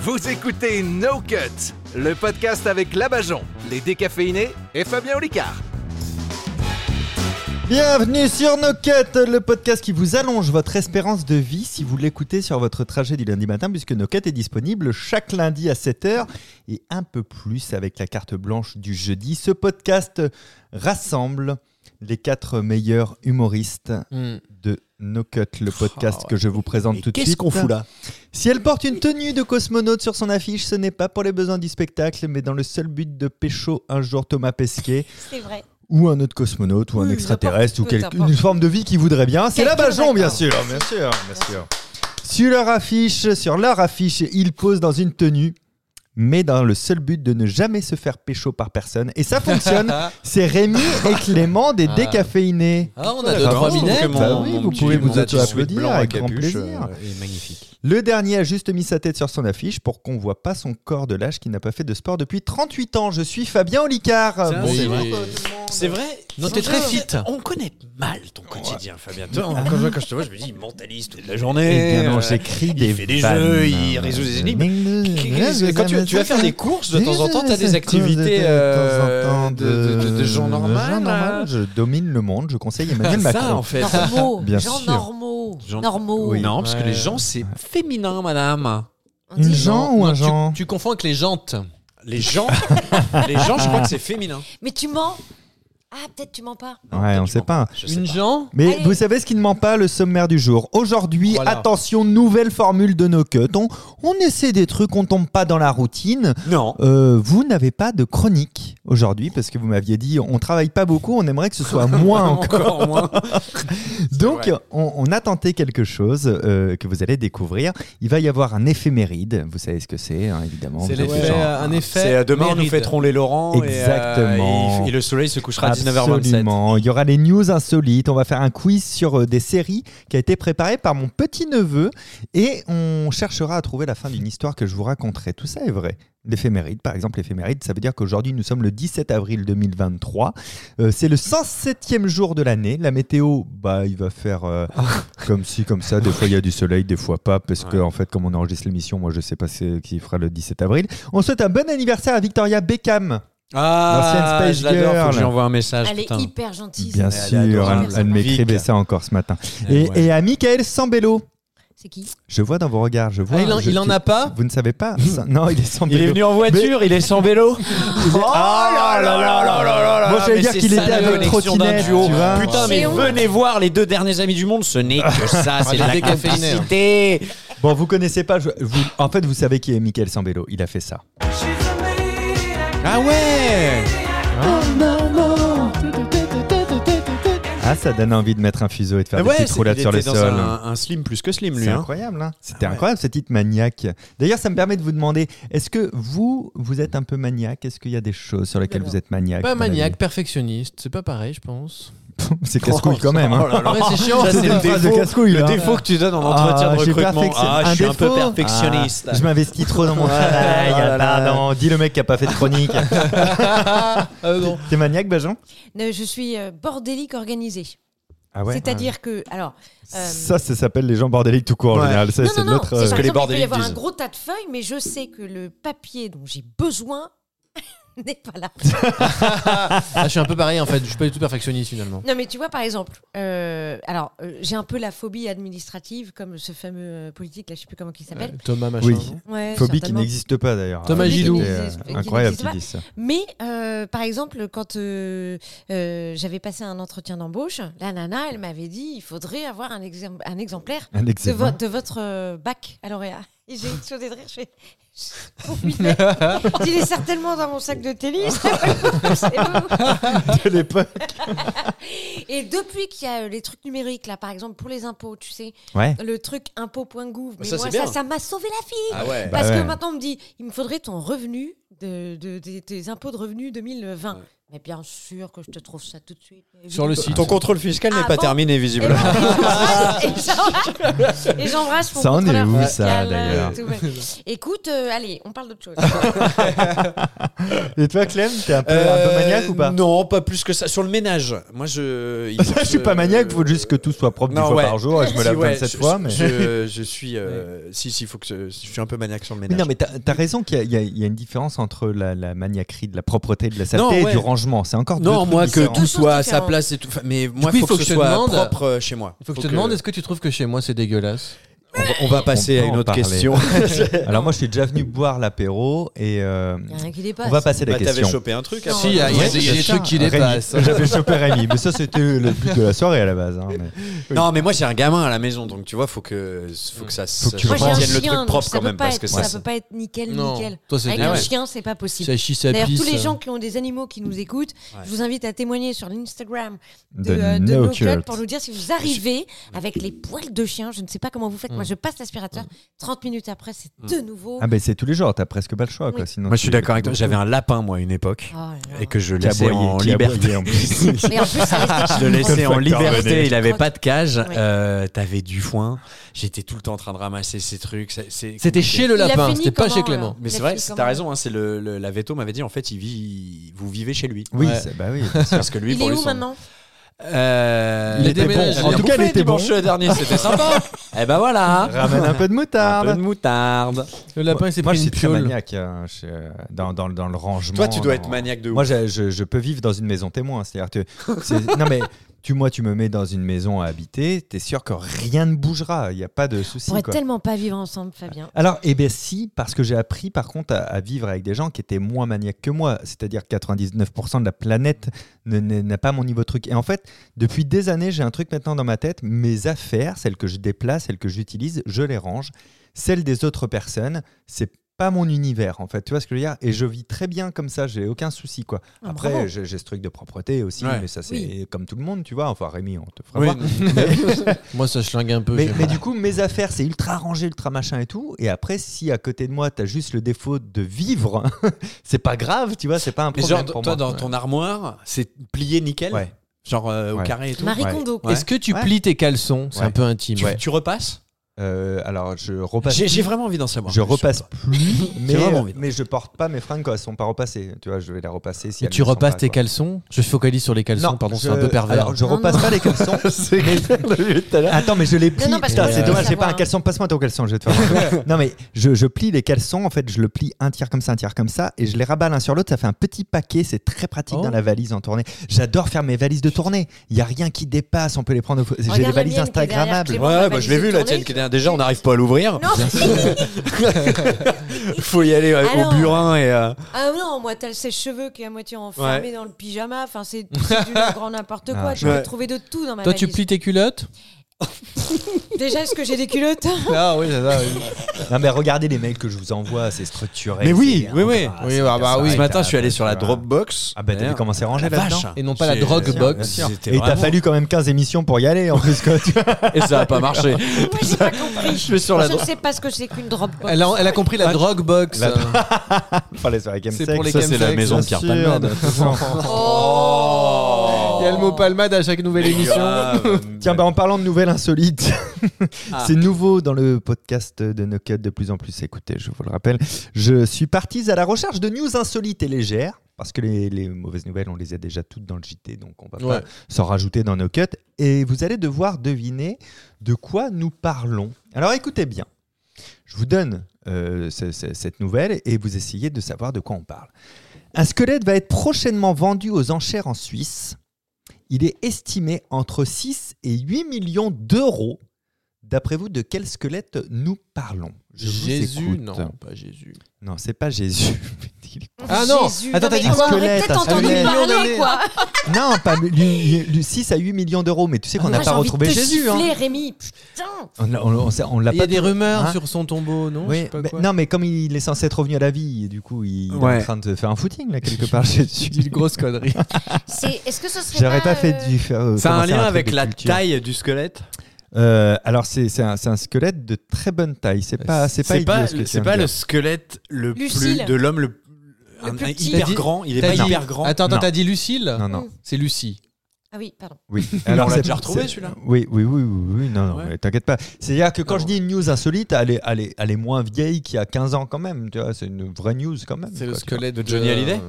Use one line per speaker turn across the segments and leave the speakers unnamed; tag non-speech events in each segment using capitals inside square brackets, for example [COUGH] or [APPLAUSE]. Vous écoutez No Cut, le podcast avec Labajon, les décaféinés et Fabien
[LAUGHS]
Olicard.
Bienvenue sur No Cut, le podcast qui vous allonge votre espérance de vie si vous l'écoutez sur votre trajet du lundi matin, puisque No Cut est disponible chaque lundi à 7h et un peu plus avec la carte blanche du jeudi. Ce podcast rassemble les quatre meilleurs humoristes de No Cut, le podcast que je vous présente tout de suite.
Ah Qu'est-ce qu'on fout là
Si elle porte une tenue de cosmonaute sur son affiche, ce n'est pas pour les besoins du spectacle, mais dans le seul but de pécho un jour Thomas Pesquet
C'est vrai.
ou un autre cosmonaute ou un
Oui,
extraterrestre ou
n'importe, peu
quelque-
importe.
une forme de vie qu'il voudrait bien. C'est la
Quelqu'un
Bajon, bien
d'accord.
sûr, bien sûr, bien sûr. Sur leur affiche, sur leur affiche, ils posent dans une tenue, mais dans le seul but de ne jamais se faire pécho par personne. Et ça
[LAUGHS]
fonctionne. C'est Rémi et Clément des
Ah.
décaféinés.
Ah, on
Voilà,
a deux, trois
bravo,
minettes.
Clément. Bah oui, vous pouvez vous auto-applaudir avec grand plaisir.
euh, Et magnifique.
Le dernier a juste mis sa tête sur son affiche pour qu'on voit pas son corps de lâche qui n'a pas fait de sport depuis 38 ans. Je suis Fabien Olicard.
Ça, c'est
Bonjour, euh,
vrai.
tout le monde.
C'est vrai
Non, t'es très fit.
On connaît mal ton quotidien, Fabien. Toi, quand, je, quand je te vois, je me dis, il mentalise toute la journée.
Eh bien non,
euh,
j'écris
il
des
fait des
vannes.
jeux, il résout des énigmes. Qu'est-ce- Quand tu, tu vas faire des courses, de temps en temps, t'as des activités euh, de, de- de gens normaux.
gens normaux,
là.
Je domine le monde, je
[LAUGHS]
conseille Emmanuel
Ah,
Macron.
Ça,
[LAUGHS]
en fait.
Normaux.
Bien
Genre
sûr.
normaux.
Genre-
Normaux.
Oui.
Non, parce que les gens, c'est féminin, madame.
On
Une
dit-
gens
Non,
ou un
tu-
genre
tu, confonds avec les jantes.
[LAUGHS]
Les gens, les gens, je crois que c'est féminin.
Mais tu mens. Ah, peut-être tu mens pas.
Ouais, on
je
sait
m'en-
pas.
je sais
Une
pas.
jante
Mais
Allez.
vous savez ce qui ne ment pas, le sommaire du jour. Aujourd'hui,
Voilà.
attention, nouvelle formule de nos cuts. On, on essaie des trucs, on tombe pas dans la routine.
Non.
Euh, vous n'avez pas de chronique aujourd'hui parce que vous m'aviez dit on travaille pas beaucoup, on aimerait que ce
[LAUGHS]
soit moins encore.
Encore
[LAUGHS]
moins.
Donc,
vrai.
on, on a tenté quelque chose euh, que vous allez découvrir. Il va y avoir un éphéméride. Vous savez ce que c'est, hein, évidemment.
C'est
Vous avez
l'effet,
genre-
euh, un effet.
C'est euh, demain, nous
mérite.
fêterons les Laurent. et, euh,
Exactement.
Et, et le soleil se couchera à 19h27.
Absolument. Il y aura les news insolites. On va faire un quiz sur euh, des séries qui a été préparé par mon petit neveu et on cherchera à trouver la fin d'une histoire que je vous raconterai. Tout ça est vrai. L'éphéméride, par exemple, l'éphéméride, ça veut dire qu'aujourd'hui nous sommes le 17 avril 2023. Euh, c'est le 107e jour de l'année. La météo, bah, il va faire
[LAUGHS]
euh, comme si, comme ça. Des fois il y a du soleil, des fois pas, parce que
Ouais.
en fait, comme on enregistre l'émission, moi je sais pas c'est- qui fera le 17 avril. On souhaite un bon anniversaire à Victoria Beckham.
Ah,
L'ancienne Space
je l'adore, faut
Girl.
que je lui envoie un message.
Elle est
putain.
hyper gentille.
Ah, Bien
Elle est
sûr,
adorable.
elle, elle m'écrivait
Vic.
ça encore ce matin.
Eh
Et,
ouais.
et à Michael Sambello,
C'est qui
je vois dans vos regards, je vois.
Ah, il en,
je-
il en a pas
Vous ne savez pas ça- Non, il est Sambello.
Hmm. Il est venu en voiture, il est sans vélo.
Oh
Ah là là là là là là
Moi,
là,
j'allais
Ah, mais
dire
c'est
qu'il
ça,
était
la
avec
connexion
trottinette,
d'un duo.
tu vois.
Putain, mais
C'est ouf.
venez voir les deux derniers amis du monde, ce n'est que ça, c'est de Ah. la
Décaféiné.
complicité.
Bon, vous connaissez pas. je- vous- en fait, vous savez qui est Michael Sambello. Il a fait ça.
Ah ouais
Ah, ça donne envie de mettre un fuseau et de faire des
Ouais,
petites
c'est-
roulades
il
sur le
était dans
sol.
Un, un slim plus que slim, lui.
C'est
hein.
incroyable, hein. C'était incroyable ce titre maniaque. D'ailleurs, ça me permet de vous demander est-ce que vous, vous êtes un peu maniaque Est-ce qu'il y a des choses sur lesquelles
Non.
vous êtes maniaque
Pas
dans la vie
maniaque, perfectionniste. C'est pas pareil, je pense.
[LAUGHS] C'est casse-couille quand même. hein.
Oh là là.
Ouais, c'est chiant.
Ça,
C'est
c'est
une
le
phrase de
défaut-
casse-couille,
le
hein.
défaut que tu donnes en entretien
Ah,
de
j'ai
recrutement.
perfection-
Ah, je suis un peu
défaut
perfectionniste.
Ah, je m'investis trop dans mon travail.
[LAUGHS] Ah là là. Ah,
Pardon, dis le mec qui a pas fait de
[LAUGHS]
chronique.
Euh, non.
T'es maniaque, Bajan
Non, Je suis euh, bordélique organisée.
Ah
C'est-à-dire que. Alors. euh,
Ça, ça s'appelle les gens bordéliques tout court en
Ouais.
général. Ça,
non,
c'est
non, non,
notre.
c'est
euh,
par
que les
exemple, il peut y
bordéliques
avoir un
disent.
gros tas de feuilles, mais je sais que le papier dont j'ai besoin [LAUGHS] n'est pas là.
Ah, je suis un peu pareil en fait. Je suis pas du tout perfectionniste finalement.
Non, mais tu vois, par exemple, euh, alors euh, j'ai un peu la phobie administrative, comme ce fameux euh, politique, là, je sais plus comment il s'appelle.
Thomas machin.
Oui.
non
Ouais,
Phobie qui
certainement.
n'existe pas d'ailleurs.
Thomas
C'était,
Gilou.
euh,
Qui n'existe-
Incroyable,
qui
tu
n'existe
dis ça.
Mais euh, par exemple, quand euh, euh, j'avais passé un entretien d'embauche, la nana, elle m'avait dit il faudrait avoir un, exem- un exemplaire
Un
de, vo-
excellent.
[LAUGHS] de votre euh, bac à lauréat. [LAUGHS] Et j'ai explosé de rire. Je fais
[LAUGHS]
Oh, putain. Je dis, il est certainement dans mon sac de tennis. C'est vous.
de l'époque.
Et depuis qu'il y a euh, les trucs numériques, là, par exemple, pour les impôts, tu sais,
Ouais.
le truc impôts.gouv, mais
Ça,
moi,
c'est
ça,
bien.
ça m'a sauvé la fille.
Ah ouais.
Parce
Bah ouais.
que maintenant, on me dit, il me faudrait ton revenu de, de- des- tes impôts de revenus 2020. Mais bien sûr que je te trouve ça tout de suite.
Sur le site. Eh
Ton contrôle fiscal n'est
Ah
pas
bon
terminé,
Et
ben,
visiblement.
j'embrasse- et j'embrasse- Et j'embrasse mon
Ça en est
contrôleur
où, ça,
fiscal, euh,
d'ailleurs
tout, ouais. Écoute, euh, allez, on parle
[LAUGHS]
d'autre chose.
Et toi, Clem, t'es un peu, un peu
Euh,
maniaque ou pas
Non, pas plus que ça. Sur le ménage, moi je. il faut
[LAUGHS] Je suis
que-
pas maniaque, faut juste que tout soit propre
Non,
dix fois
ouais.
par jour et je me
Si,
lave
ouais,
27
je-
fois.
je-
Mais...
Je, je suis. euh, Si, si, faut que je, je suis un peu maniaque sur le
Oui, [LAUGHS]
ménage.
non, mais t'as as raison qu'il y, a- il y a- il y a une différence entre la, la maniaquerie de la propreté, de la saleté
Non,
et
ouais.
du rangement. C'est encore deux
Non,
trucs
moi que
différents.
tout
Deux choses
soit à sa
différentes.
place et tout. Enfin, Mais moi,
coup,
faut, que, ce
je te
soit
demande-
propre euh, chez moi.
Il faut que je te demande, est-ce que tu trouves que chez moi c'est dégueulasse
On va passer
On
à
peut
Bah, une
en
autre
parler.
question.
[LAUGHS] Alors moi, je suis déjà venu boire l'apéro et euh,
Il y a rien qui dépasse.
on va passer à la
Bah, t'avais
question.
chopé Ah, un truc.
Non.
avant.
Si, il y a, il y a
Ouais,
des- il y a
c'est
des
ça.
trucs qui
Rémi.
dépassent.
hein.
[LAUGHS] J'avais chopé Rémi, mais ça c'était le but de la soirée à la base. hein, mais-
Non, mais moi j'ai un gamin à la maison, donc tu vois, faut que faut que
Faut que
ça, ça-
tu
Moi,
Ils
j'ai un
tienne le
chien,
truc
donc
propre
ça
quand
peut
même
pas
parce
être-
que
ça
ça.
peut pas être nickel,
Non,
nickel.
toi c'est
Avec
des-
un
Ah ouais.
chien, c'est pas possible.
Ça chie, ça
D'ailleurs, tous
pisse,
les
ça.
gens qui ont des animaux qui nous écoutent,
euh, Ouais.
je vous invite à témoigner sur l'Instagram de,
De
euh, de
No
No Cut
Cut.
pour nous dire si vous arrivez avec les poils de chien. Je ne sais pas comment vous faites.
Mm.
Moi, je passe l'aspirateur. 30 minutes après, c'est de nouveau.
Ah ben c'est tous les jours, t'as presque pas le choix. Quoi,
Oui.
sinon
Moi je suis
tu-
d'accord avec toi. J'avais un lapin moi à une époque
Oh là là.
et que je
qui a
laissais
aboyé,
en
qui a aboyé,
liberté.
en
[LAUGHS]
plus.
Mais en plus, ça restait
Je le laissais en
Comme facteur
liberté,
bonnet.
il avait pas de cage,
Ouais.
euh, t'avais du foin, j'étais tout le temps en train de ramasser ces trucs. c'est- c'est-
C'était chez le
Il a
lapin,
fini
c'était pas
comment,
chez Clément.
Mais
Il a
c'est vrai,
fini
c'est-
comment
t'as raison, hein, c'est le, le- la veto m'avait dit en fait, il vit, vous vivez chez lui.
Oui,
Ouais.
c'est- bah oui.
Parce que lui,
Il
pour
est
lui,
où
son-
maintenant
Euh,
Il
il
a
était
débouffé.
bon.
En tout
cas, il était bon.
dimanche dernier, c'était sympa. Eh ben voilà.
Ramène un peu de
Un peu
moutarde.
de moutarde.
Le lapin il s'est
Moi,
pris
je
une
suis très
piole.
maniaque hein, je suis, euh, dans, dans, dans le rangement.
Toi, tu dois être
dans-
maniaque de ouf.
Moi, je, je- je peux vivre dans une maison témoin. C'est-à-dire que. c'est- non, mais tu, moi, tu me mets dans une maison à habiter, t'es sûr que rien ne bougera. Il n'y a pas de souci.
On pourrait
quoi.
tellement pas vivre ensemble, Fabien.
Alors, eh bien, si, parce que j'ai appris, par contre, à, à vivre avec des gens qui étaient moins maniaques que moi. C'est-à-dire que 99% de la planète ne- ne- n'a pas mon niveau de truc. Et en fait, depuis des années, j'ai un truc maintenant dans ma tête. Mes affaires, celles que je déplace, celles que j'utilise, je les range. Celles des autres personnes, c'est pas mon univers, en fait. Tu vois ce que je veux dire Et je vis très bien comme ça. J'ai aucun souci, quoi.
Ah, bravo.
Après, j'ai j'ai ce truc de propreté aussi,
Ouais.
mais ça, c'est
Oui.
comme tout le monde, tu vois. Enfin, Rémi, on te fera
Oui,
voir.
[LAUGHS]
Moi ça schlingue un peu.
Mais,
j'aime
mais
pas.
du coup, mes affaires, c'est ultra rangé, ultra machin et tout. Et après, si à côté de moi, t'as juste le défaut de vivre, [LAUGHS] c'est pas grave, tu vois, c'est pas un
Mais
problème
genre,
pour
toi,
moi.
dans ton armoire, c'est plié nickel
Ouais.
Genre euh, au
Ouais.
carré et tout
Marie
Ouais.
Kondo.
Ouais.
Est-ce que tu
Ouais.
plies tes caleçons C'est
Ouais.
un peu intime.
tu, tu repasses
Euh, alors, je repasse.
J'ai j'ai vraiment envie d'en savoir.
Je
plus.
repasse plus, mais,
vraiment envie.
mais je porte pas mes fringues quand elles sont pas repassées. Tu vois, je vais les repasser si
Mais
elles
tu
le sont
repasses
pas,
tes
quoi.
caleçons Je focalise sur les caleçons,
Non,
pardon, c'est
je-
un peu pervers.
Alors, je
Non,
repasse
non.
pas les caleçons.
[LAUGHS]
Attends, mais je les plie.
non, parce que
Putain,
moi, je
c'est
veux
dommage, j'ai
savoir,
pas un
hein.
caleçon. Passe-moi ton caleçon, je vais te
[LAUGHS]
faire. un- non, mais je, je plie les caleçons. En fait, je le plie un tiers comme ça, un tiers comme ça, et je les rabats l'un sur l'autre. Ça fait un petit paquet. C'est très pratique
Oh.
dans la valise en tournée. J'adore faire mes valises de tournée. Il y a rien qui dépasse. On peut les prendre. au- J'ai des
la mienne
valises
qui est derrière
Instagrammables.
Clément.
Ouais,
Ma
bah,
valise
je l'ai vu la
tournée.
tienne. qui est derrière. Déjà, on n'arrive pas à l'ouvrir.
Non,
[LAUGHS] Faut y aller euh,
Alors-
au burin et. euh,
ah non, moi, t'as ses cheveux qui est à moitié enfermé
Ouais.
dans le pyjama. Enfin, c'est c'est du grand n'importe quoi.
Ah,
Tu peux
ouais.
trouver de tout dans ma
Toi, tu
valise.
plies tes culottes
Déjà, est-ce que j'ai des culottes [LAUGHS]
Ah oui, c'est ça.
Non, mais regardez les mails que je vous envoie. C'est structuré.
Mais oui,
c'est
oui, Ah, oui. Ah,
ingrat,
Oui,
c'est
bah, bah
comme
oui.
ça,
Ce matin,
t'as-
je suis allé sur la
tu vois.
Dropbox.
Ah, bah, t'avais
D'ailleurs,
commencé à ranger
la
là-dedans.
vache.
Et non pas la
C'est-
Dropbox.
c'est- c'était
Et il t'a
vraiment-
fallu quand même 15 émissions pour y aller en plus. Quoi, tu vois.
Et ça a pas marché. [LAUGHS]
Moi, j'ai pas compris.
Je vais sur la
Je ne
dro-
sais pas ce que c'est qu'une drop box.
Elle a, elle a compris la drogue box.
La- [LAUGHS] Enfin, les soirées
C'est
chemsex,
pour les
ça, c'est la
chemsex,
maison de
bien
Pierre
sûr. [LAUGHS]
Palmade.
Oh
Il y a le mot palmade à chaque nouvelle émission.
Ah, [LAUGHS]
Tiens, bah, en parlant de nouvelles [LAUGHS] insolites,
Ah.
c'est nouveau dans le podcast de No Cut, de plus en plus écouté, je vous le rappelle. Je suis parti à la recherche de news insolites et légères, parce que les, les mauvaises nouvelles, on les a déjà toutes dans le JT, donc on va
Ouais.
pas s'en rajouter dans No Cut. Et vous allez devoir deviner de quoi nous parlons. Alors écoutez bien, je vous donne euh, ce- ce- cette nouvelle et vous essayez de savoir de quoi on parle. Un squelette va être prochainement vendu aux enchères en Suisse. Il est estimé entre 6 et 8 millions d'euros. D'après vous, de quel squelette nous parlons Je vous
Jésus,
écoute.
non, pas Jésus.
Non, c'est pas Jésus. [LAUGHS]
Ah non,
Jésus.
attends, t'as
mais
dit
on
quoi
aurait peut-être
Un
entendu
squelette.
parler, quoi.
non, pas lui- lui- lui- 6 à 8 millions d'euros, mais tu sais qu'on n'a
Moi, j'ai
pas
envie de
retrouvé
te
Jésus. hein.
siffler, Rémi, putain.
On l'a- on l'a- on s'est- on l'a
Il y a
pas
des rumeurs
Hein
sur son tombeau, non
Oui,
Je sais pas
mais-
quoi.
non, mais comme il est censé être revenu à la vie, du coup, il, il est
Ouais.
en train de faire un footing, là, quelque part.
[LAUGHS]
J'ai
Tu dis une grosse connerie.
C'est- Est-ce que ce serait
J'aurais pas fait
euh,
du faire. euh,
Ça a un
commencer
lien
truc
avec
de
la
culture.
taille du squelette
Euh, alors, c'est c'est un, c'est un squelette de très bonne taille. C'est pas, c'est pas,
C'est
idiot,
pas,
ce que tu
c'est
viens de
pas le
dire.
squelette le plus
Lucille.
de l'homme le
Le
un-
plus
un
petit.
hyper
T'as dit-
grand. Il est
t'as
pas
dit-
hyper grand.
Attends, attends,
Non.
t'as dit Lucille
Non,
[LAUGHS]
non.
C'est Lucie.
Ah oui, pardon.
Oui.
on l'a
c'est-
déjà retrouvé,
c'est-
celui-là
Oui, oui, oui, oui, oui, non, non,
Ouais.
mais t'inquiète pas. C'est-à-dire que quand
Non.
je dis une news insolite, elle est, elle est- elle est moins vieille qu'il y a 15 ans quand même. Tu vois, c'est une vraie news quand même.
C'est le
quoi, tu vois.
squelette de
Johnny
euh,
Hallyday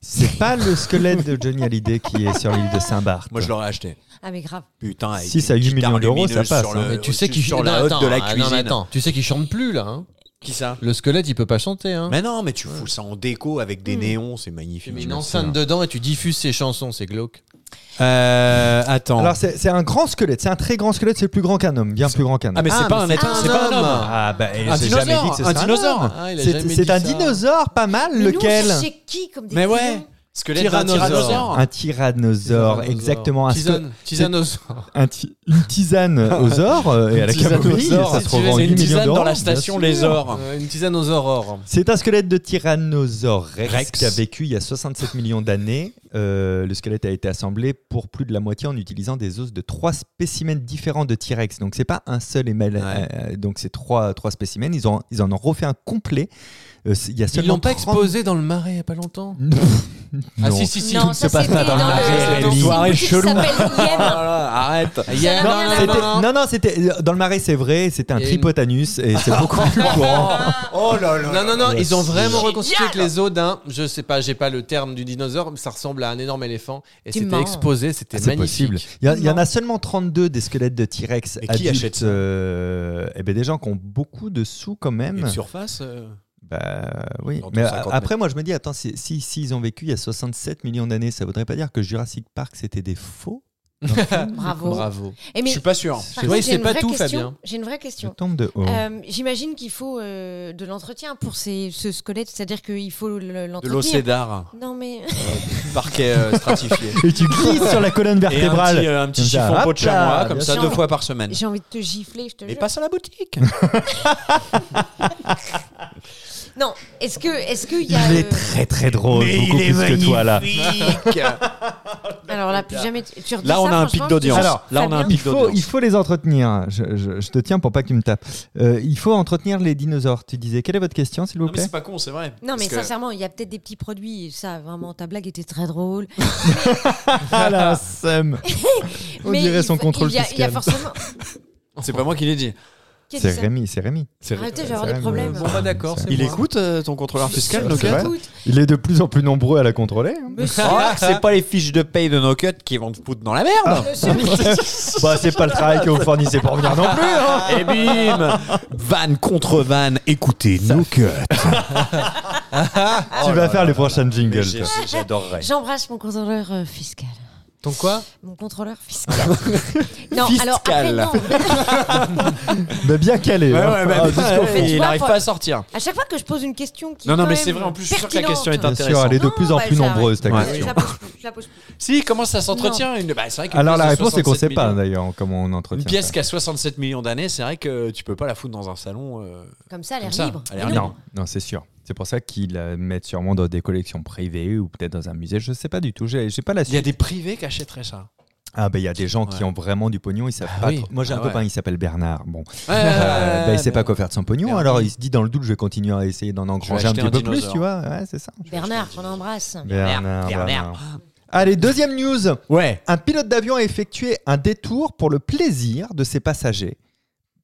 C'est pas le squelette de Johnny Hallyday qui est sur l'île de Saint-Barth.
[LAUGHS] Moi, je l'aurais acheté.
Ah, mais grave.
Putain, avec
6 à
une
8
guitare
millions d'euros,
lumineuse
ça passe,
sur
hein.
le-
Mais tu sais
au-dessus-
qu'il
sur la
non,
hotte de la
attends, ah, non, mais
cuisine.
attends, tu sais qu'il chante plus là. hein.
Qui ça
Le squelette, il peut pas chanter. Hein.
Mais non, mais tu fous ça en déco avec des
Hmm.
néons, c'est
Tu
magnifique.
mets
Je
une
me
enceinte dedans et tu diffuses ses chansons, c'est glauque.
souviens. Euh, attends.
Alors, c'est c'est un grand squelette. C'est un très grand squelette. C'est plus grand qu'un homme. Bien plus grand qu'un homme.
ah, mais c'est
Ah,
pas un
mais c'est
être,
un
c'est pas un homme.
homme.
Ah, bah,
Un
j'ai jamais
dinosaure,
dit que ce serait
un
homme.
dinosaure.
Ah, il a
C'est
jamais
c'est
dit
un
ça.
dinosaure, pas mal.
Mais
lequel
Nous, on cherchait qui comme des
Mais ouais.
clients
Squelette d'un
Tyrannosaure.
tyrannosaure.
Un tyrannosaure, exactement. Un, squelette-
Tisane. Tisanosaure.
un ti- une tisane aux ors euh, et à la cavalerie,
tisanosaure.
ça se
Si tu
revend
veux, c'est
8
une
millions
tisane
d'euros.
dans la
bien
station
sûr. Ah,
Les Ors.
Euh, Une tisanosaure or.
C'est un squelette de Tyrannosaure Rex,
Rex.
qui a vécu il y a 67 millions d'années. Euh, le squelette a été assemblé pour plus de la moitié en utilisant des os de trois spécimens différents de T-Rex. Donc c'est pas un seul émal.
Ouais.
euh, donc c'est trois, trois spécimens. Ils, ont, ils en ont refait un complet. Euh, c'est- il y a
Ils
seulement
l'ont pas
30
exposé dans le marais il y a pas longtemps. Ah
Non.
si si si.
Non, ça,
se passe
c'était
pas dans
Ah,
le marais,
le-
c'est
dans
une
une
soirée
boutique qui
[LAUGHS]
chelou. Ah,
s'appelle Yem.
arrête.
Il y a-
Ça n'a
non,
rien
non,
à
C'était-
non, non.
non, non, c'était dans le marais, c'est vrai. C'était un
Et une-
tripotanus et c'est beaucoup plus
[LAUGHS]
courant.
Oh là là.
Non, non, non,
Ouais,
ils ont
c'est
vraiment
génial.
reconstitué avec les os d'un, je sais pas, j'ai pas le terme du dinosaure, mais ça ressemble à un énorme éléphant. Et
Tu
c'était
mens.
exposé, c'était
Ah,
magnifique.
Il y, a- il y en a seulement 32 des squelettes de T-Rex
Et qui
adultes.
achète ça
euh, eh ben, des gens qui ont beaucoup de sous quand même.
Une surface euh,
Bah oui.
Dans ton
Mais
50 mètres.
après, moi, je me dis, attends, si s'ils ont vécu il y a 67 millions d'années, ça voudrait pas dire que Jurassic Park c'était des
[LAUGHS]
faux
Bravo.
Bravo.
Et
Je
mais,
suis pas sûr.
par
Ouais,
contre,
il
j'ai
sait
une
pas
vraie
tout,
question.
Fabien.
J'ai une vraie
Je
question.
tombe de haut.
Euh, J'imagine qu'il faut euh, de l'entretien pour ces, ce squelette, c'est-à-dire qu'il faut le-
De
l'entretenir.
l'océdar.
Non mais [LAUGHS]
Parquet
[LAUGHS]
euh, stratifié.
Et tu glisses sur la colonne
Et un
vertébrale.
petit, euh, un petit
Comme ça,
chiffon peau
hop
de chamois,
là,
comme
bien
ça,
sûr.
deux fois par semaine.
j'ai envie de te gifler, je te
Mais
jure.
passe à la boutique.
Non, est-ce que est-ce qu'il y a
Il est
euh,
très très drôle, beaucoup plus que toi là.
alors là plus jamais tu tu redis
Là, on
ça,
a un
franchement,
pic
je te jure,
d'audience.
Alors,
Là, on a un
Fabien,
Il
pic
faut,
d'audience.
il faut les entretenir. Je, je- je te tiens pour pas que tu me tapes. Euh, il faut entretenir les dinosaures. Tu disais, quelle est votre question, s'il vous
Non, mais
plaît
c'est pas con, c'est vrai.
Non mais
Parce que-
sincèrement, il y a peut-être des petits produits. Ça vraiment, ta blague était très drôle.
Ah [LAUGHS] la
[LAUGHS]
somme. On
mais
dirait
il
son
faut-
contrôle
Il y a, il y a
fiscal. [LAUGHS]
forcément.
[LAUGHS] C'est pas moi qui l'ai dit.
Qu'est-ce que
C'est
ça
Rémi, c'est Rémi.
Arrêtez, je vais
C'est
avoir des
Rémi,
problèmes.
c'est
Bon, bah d'accord,
Rémi.
c'est
Il
moi.
écoute euh, ton contrôleur fiscal,
C'est
Nokia
vrai
Écoute,
Il est de plus en plus nombreux à la contrôler. hein.
monsieur,
Ah, c'est pas les fiches de paye de Nokia qui vont te foutre dans la merde.
[LAUGHS] Bah, c'est pas le travail que vous fournissez pour venir non plus.
[LAUGHS] Et Eh bim Van contre van, écoutez Nokia.
Ah, oh
tu vas faire les prochaines
Mais
jingles.
j'ai-
toi.
J'adorerais.
j'embrasse mon contrôleur euh, fiscal.
Ton quoi
Mon contrôleur fiscal. [LAUGHS] non, alors après,
Fiscal.
non.
Mais bien calé.
Ouais,
hein.
ouais, bah, mais
Ah,
putain,
jusqu'au-
Mais tu
il
vois,
arrive
faut-
pas à sortir.
À chaque fois que je pose une question qui
Non,
est
non,
quand
mais
même
c'est vrai, en plus, je suis sûr que la
pertinente.
question est
Bien sûr,
intéressante.
elle est de
Non,
plus en
bah,
plus
ça
nombreuse, ta
arrête.
question.
Je la pose plus, je la pose plus.
Si, comment ça s'entretient une... bah, c'est vrai qu'une
Alors,
pièce
la
de
réponse, c'est qu'on sait
67
pas
millions-
d'ailleurs comment on entretient.
Une pièce
ça.
qui a 67 millions d'années, c'est vrai que tu peux pas la foutre dans un salon. euh,
Comme ça, elle
Comme
est
ça,
libre.
elle est
Mais
libre.
non.
Non, non, c'est sûr. C'est pour ça qu'ils la mettent sûrement dans des collections privées ou peut-être dans un musée. Je sais pas du tout. J'ai j'ai pas la
Il y a
suite.
des privés qui achèteraient ça.
Ah, ben il y a des gens qui
Ouais.
ont vraiment du pognon. Ils savent
Bah
pas.
oui.
trop- Moi, j'ai un
Ah
copain,
ouais.
il s'appelle Bernard. Bon,
Ouais,
Euh, bah, il sait pas quoi faire de son pognon.
Bernard.
Alors, il se dit dans le doute, je vais continuer à essayer d'en engranger un
acheter
petit
un
peu plus,
dinosaure.
tu vois. Ouais, c'est ça.
Bernard, on
[LAUGHS]
embrasse.
Bernard, Bernard. Allez, deuxième news.
Ouais.
Un pilote d'avion a effectué un détour pour le plaisir de ses passagers.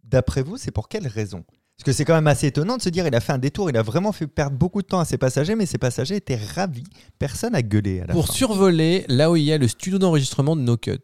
D'après vous, c'est pour quelle raison Parce que c'est quand même assez étonnant de se dire, il a fait un détour, il a vraiment fait perdre beaucoup de temps à ses passagers, mais ses passagers étaient ravis. Personne a gueulé à la
Pour
fin.
survoler là où il y a le studio d'enregistrement de No Cut.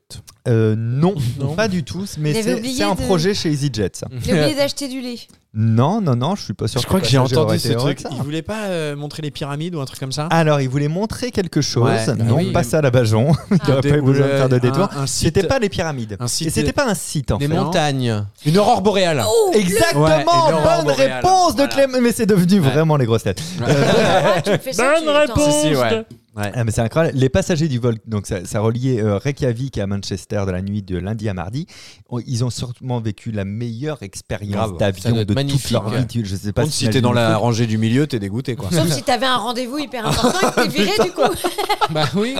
Euh, non,
Non.
pas du tout. Mais
Il avait
c'est
oublié
c'est un
de-
projet chez EasyJet, ça.
J'ai oublié d'acheter du lait.
Non, non, non, je suis pas sûr.
Je crois
les
que j'ai
passagers auraient
entendu
été
ce
heureux
truc.
que ça.
Il voulait pas euh, montrer les pyramides ou un truc comme ça
Alors, il voulait montrer quelque chose.
Ouais, bah
non,
oui.
pas ça à la Bajon.
Ah.
il n'aurait pas eu besoin de faire de détour.
Un, un site-
C'était pas les pyramides.
un site-
Et c'était pas un site, en
Des
fait.
montagnes. Oh.
Une aurore boréale.
Exactement,
Ouais, et l'aurore
bonne
boréale,
réponse de
voilà.
Clément. Mais c'est devenu
Ouais.
vraiment les grosses têtes.
Ah, tu me fais ça, tu- attends.
Si, si, ouais. Ouais.
Ah, mais c'est incroyable. Les passagers du vol, donc ça, ça reliait euh, Reykjavik à Manchester de la nuit de lundi à mardi. On- Ils ont sûrement vécu la meilleure
Grave.
expérience
Ça doit
d'avion
être
de toute
magnifique,
leur
ouais.
vie. Tu- Je sais pas
Par contre, si t'es dans
t'imagines
la
le truc.
rangée du milieu, t'es dégoûté quoi.
Sauf si t'avais un rendez-vous hyper important et que t'es viré du coup.
bah oui.